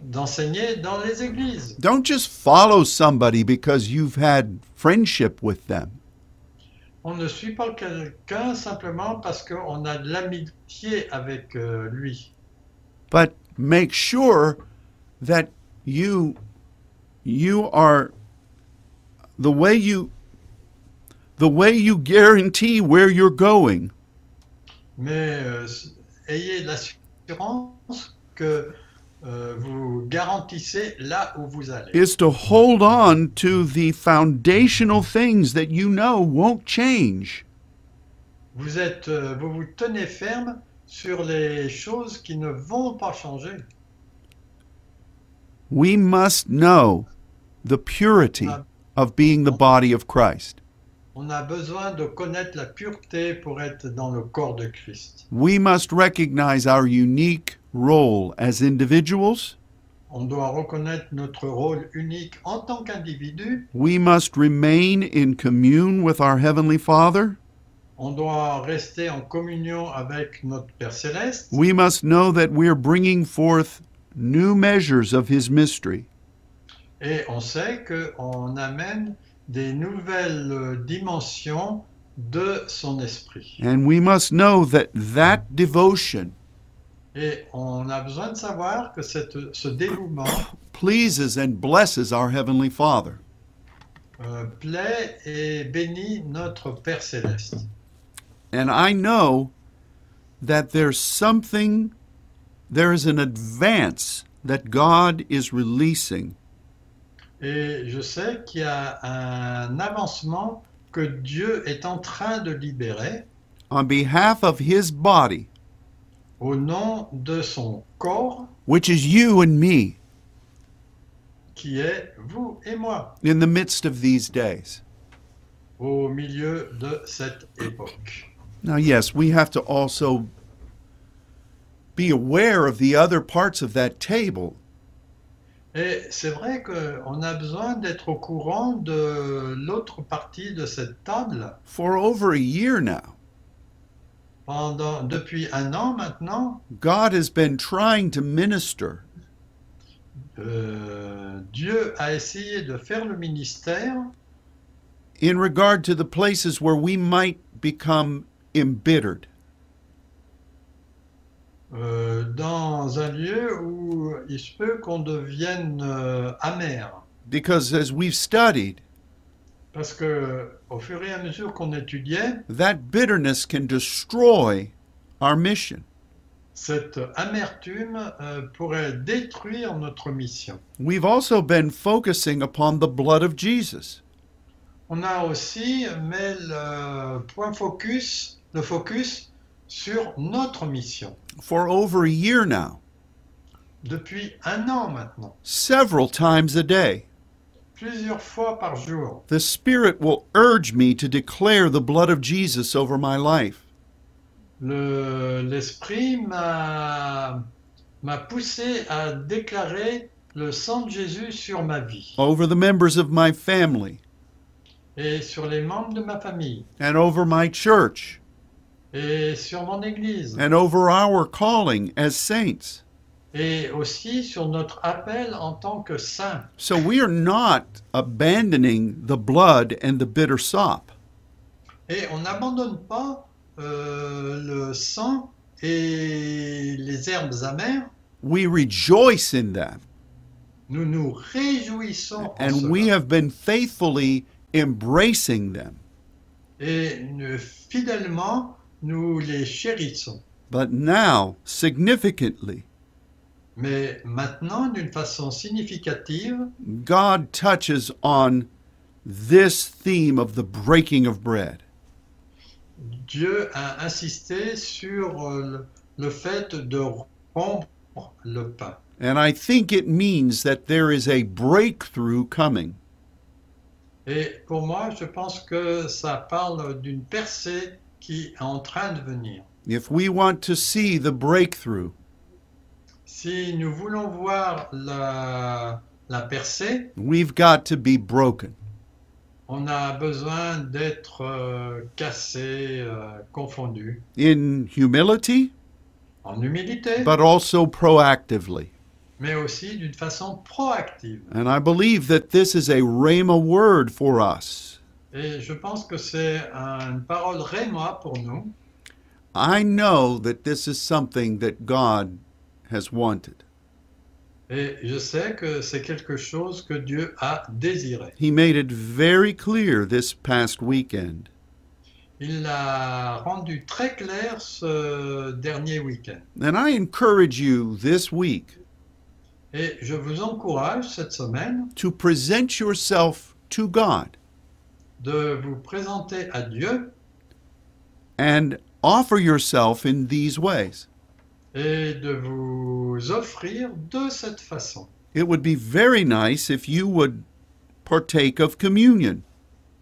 Speaker 2: d'enseigner dans les églises.
Speaker 1: Don't just follow somebody because you've had friendship with them.
Speaker 2: On ne suit pas quelqu'un simplement parce qu'on a de l'amitié avec euh, lui.
Speaker 1: but make sure that you you are the way you the way you guarantee where you're going
Speaker 2: Mais euh, s- ayez l'assurance que euh, vous garantissez là où vous allez.
Speaker 1: is to hold on to the foundational things that you know won't change
Speaker 2: Vous, êtes, euh, vous vous tenez ferme sur les choses qui ne vont pas changer.
Speaker 1: we must know the purity of being the body of Christ
Speaker 2: On a besoin de connaître la pureté pour être dans le corps de Christ.
Speaker 1: we must recognize our unique role as individuals
Speaker 2: On doit reconnaître notre rôle unique en tant qu'individu.
Speaker 1: We must remain in commune with our Heavenly Father.
Speaker 2: On doit rester en communion avec notre Père céleste.
Speaker 1: We must know that we are bringing forth new measures of His mystery.
Speaker 2: Et on sait qu'on amène des nouvelles euh, dimensions de son esprit.
Speaker 1: And we must know that that devotion
Speaker 2: Et on a besoin de savoir que cette- ce dévouement
Speaker 1: pleases and blesses our Heavenly Father.
Speaker 2: euh, plaît et bénit notre Père céleste.
Speaker 1: And I know that there's something, there is an advance that God is releasing
Speaker 2: Et je sais qu'il y a un avancement que Dieu est en train de libérer
Speaker 1: on behalf of His body,
Speaker 2: au nom de son corps
Speaker 1: which is you and me,
Speaker 2: qui est vous et moi
Speaker 1: in the midst of these days.
Speaker 2: au milieu de cette époque.
Speaker 1: Now, yes, we have to also be aware of the other parts of that table.
Speaker 2: Et c'est vrai qu'on a besoin d'être au courant de l'autre partie de cette table.
Speaker 1: For over a year now,
Speaker 2: Pendant, depuis un an maintenant,
Speaker 1: God has been trying to minister
Speaker 2: euh, Dieu a essayé de faire le ministère
Speaker 1: in regard to the places where we might become embittered.
Speaker 2: euh, dans un lieu où il se peut qu'on devienne euh, amer.
Speaker 1: Because as we've studied,
Speaker 2: Parce que au fur et à mesure qu'on étudiait,
Speaker 1: that bitterness can destroy our mission.
Speaker 2: cette amertume euh, pourrait détruire notre mission.
Speaker 1: We've also been focusing upon the blood of Jesus.
Speaker 2: On a aussi mis le point focus, le focus sur notre mission
Speaker 1: For over a year now,
Speaker 2: depuis un an maintenant,
Speaker 1: several times a day,
Speaker 2: plusieurs fois par jour.
Speaker 1: the Spirit will urge me to declare the blood of Jesus over my life.
Speaker 2: Le- L'esprit m'a m'a poussé à déclarer le sang de Jésus sur ma vie
Speaker 1: over the members of my family
Speaker 2: et sur les membres de ma famille
Speaker 1: and over my church
Speaker 2: et sur mon église
Speaker 1: and over our calling as saints.
Speaker 2: et aussi sur notre appel en tant que saint.
Speaker 1: So we are not abandoning the blood and the bitter sop.
Speaker 2: Et on n'abandonne pas euh, le sang et les herbes amères.
Speaker 1: We rejoice in that.
Speaker 2: Nous nous réjouissons en
Speaker 1: And
Speaker 2: cela.
Speaker 1: we have been faithfully embracing them.
Speaker 2: et nous- fidèlement nous les chérissons.
Speaker 1: But now, significantly,
Speaker 2: Mais maintenant, d'une façon significative,
Speaker 1: God touches on this theme of the breaking of bread.
Speaker 2: Dieu a insisté sur euh, le fait de rompre le pain.
Speaker 1: And I think it means that there is a breakthrough coming.
Speaker 2: Et pour moi, je pense que ça parle d'une percée qui est en train de venir.
Speaker 1: If we want to see the breakthrough,
Speaker 2: Si nous voulons voir la, la percée,
Speaker 1: we've got to be broken.
Speaker 2: on a besoin d'être euh, cassé, euh, confondu,
Speaker 1: In humility,
Speaker 2: en humilité,
Speaker 1: but also proactively.
Speaker 2: mais aussi d'une façon proactive.
Speaker 1: And I believe that this is a Rhema word for us.
Speaker 2: Et je pense que c'est un- une parole réma pour nous.
Speaker 1: I know that this is something that God has wanted.
Speaker 2: Et je sais que c'est quelque chose que Dieu a désiré.
Speaker 1: He made it very clear this past weekend.
Speaker 2: Il l'a rendu très clair ce dernier week-end.
Speaker 1: And I encourage you this week
Speaker 2: Et je vous encourage cette semaine
Speaker 1: to present yourself to God
Speaker 2: de vous présenter à Dieu
Speaker 1: and offer yourself in these ways.
Speaker 2: et de vous offrir de cette façon.
Speaker 1: It would be very nice if you would partake of communion.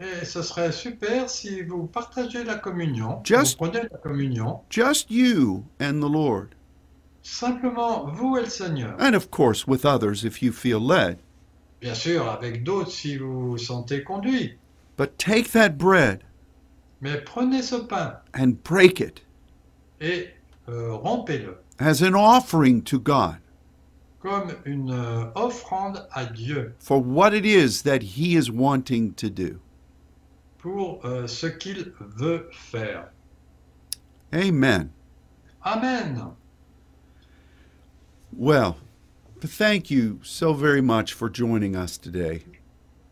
Speaker 2: Et ce serait super si vous partagez la communion,
Speaker 1: Just-
Speaker 2: vous prenez la communion,
Speaker 1: Just you and the Lord.
Speaker 2: simplement vous et le Seigneur.
Speaker 1: And of course, with others if you feel led.
Speaker 2: Bien sûr, avec d'autres si vous vous sentez conduit.
Speaker 1: But take that bread
Speaker 2: Mais prenez ce pain
Speaker 1: and break it
Speaker 2: et euh, rompez-le
Speaker 1: as an offering to God
Speaker 2: comme une euh, offrande à Dieu
Speaker 1: for what it is that He is wanting to do.
Speaker 2: pour euh, ce qu'il veut faire.
Speaker 1: Amen.
Speaker 2: Amen.
Speaker 1: Well, thank you so very much for joining us today.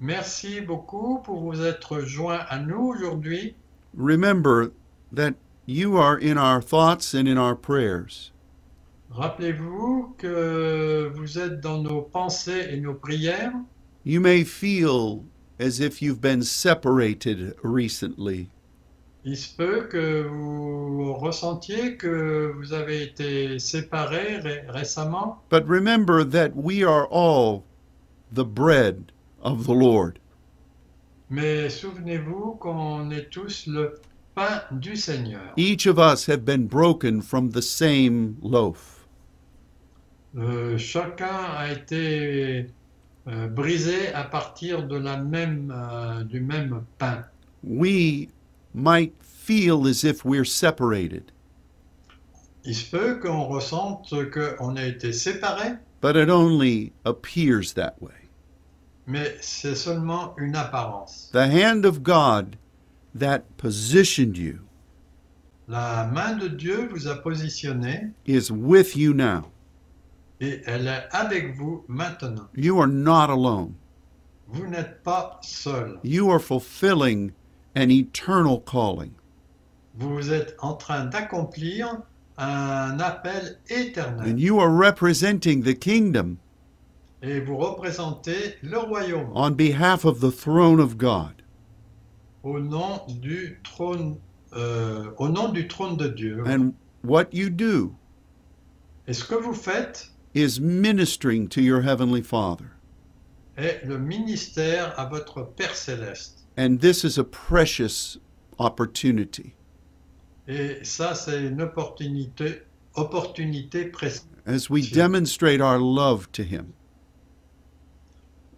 Speaker 2: Merci beaucoup pour vous être joints à nous aujourd'hui.
Speaker 1: Remember that you are in our thoughts and in our prayers.
Speaker 2: Rappelez-vous que vous êtes dans nos pensées et nos prières.
Speaker 1: You may feel as if you've been separated recently.
Speaker 2: Il se peut que vous ressentiez que vous avez été séparés ré- récemment,
Speaker 1: But remember that we are all the bread of the Lord.
Speaker 2: mais souvenez-vous qu'on est tous le pain du Seigneur.
Speaker 1: Each of us have been broken from the same loaf.
Speaker 2: euh, chacun a été euh, brisé à partir de la même, euh, du même pain.
Speaker 1: We might feel as if we're separated,
Speaker 2: Il se peut qu'on ressente qu'on a été séparés,
Speaker 1: but it only appears that way.
Speaker 2: mais c'est seulement une apparence.
Speaker 1: The hand of God that positioned you
Speaker 2: La main de Dieu vous a positionné
Speaker 1: is with you now.
Speaker 2: et elle est avec vous maintenant.
Speaker 1: You are not alone.
Speaker 2: Vous n'êtes pas seul.
Speaker 1: You are fulfilling an eternal calling.
Speaker 2: Vous êtes en train d'accomplir un appel éternel
Speaker 1: And you are representing the kingdom
Speaker 2: et vous représentez le royaume
Speaker 1: on behalf of the throne of God.
Speaker 2: au nom du trône, euh, au nom du trône de Dieu.
Speaker 1: And what you do
Speaker 2: Et ce que vous faites
Speaker 1: is ministering to your heavenly Father.
Speaker 2: est le ministère à votre Père céleste.
Speaker 1: And this is a precious opportunity.
Speaker 2: Et ça, c'est une opportunité, opportunité précieuse.
Speaker 1: As we
Speaker 2: Sure.
Speaker 1: demonstrate our love to Him,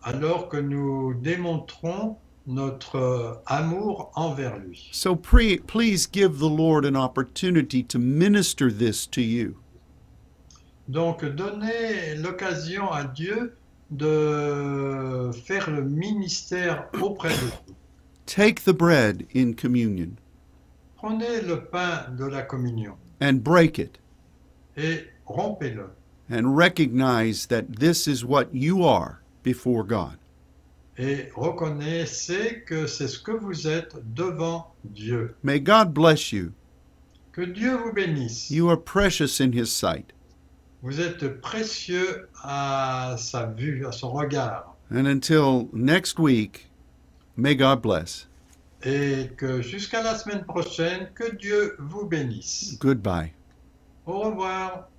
Speaker 2: alors que nous démontrons notre euh, amour envers lui.
Speaker 1: So pre- please give the Lord an opportunity to minister this to you.
Speaker 2: Donc donnez l'occasion à Dieu de faire le ministère auprès de vous.
Speaker 1: Take the bread in communion
Speaker 2: Prenez le pain de la communion
Speaker 1: and break it
Speaker 2: et rompez-le
Speaker 1: and recognize that this is what you are before God.
Speaker 2: et reconnaissez que c'est ce que vous êtes devant Dieu.
Speaker 1: May God bless you.
Speaker 2: Que Dieu vous bénisse.
Speaker 1: You are precious in His sight.
Speaker 2: Vous êtes précieux à sa vue, à son regard.
Speaker 1: And until next week, may God bless.
Speaker 2: Et que jusqu'à la semaine prochaine, que Dieu vous bénisse.
Speaker 1: Goodbye.
Speaker 2: Au revoir.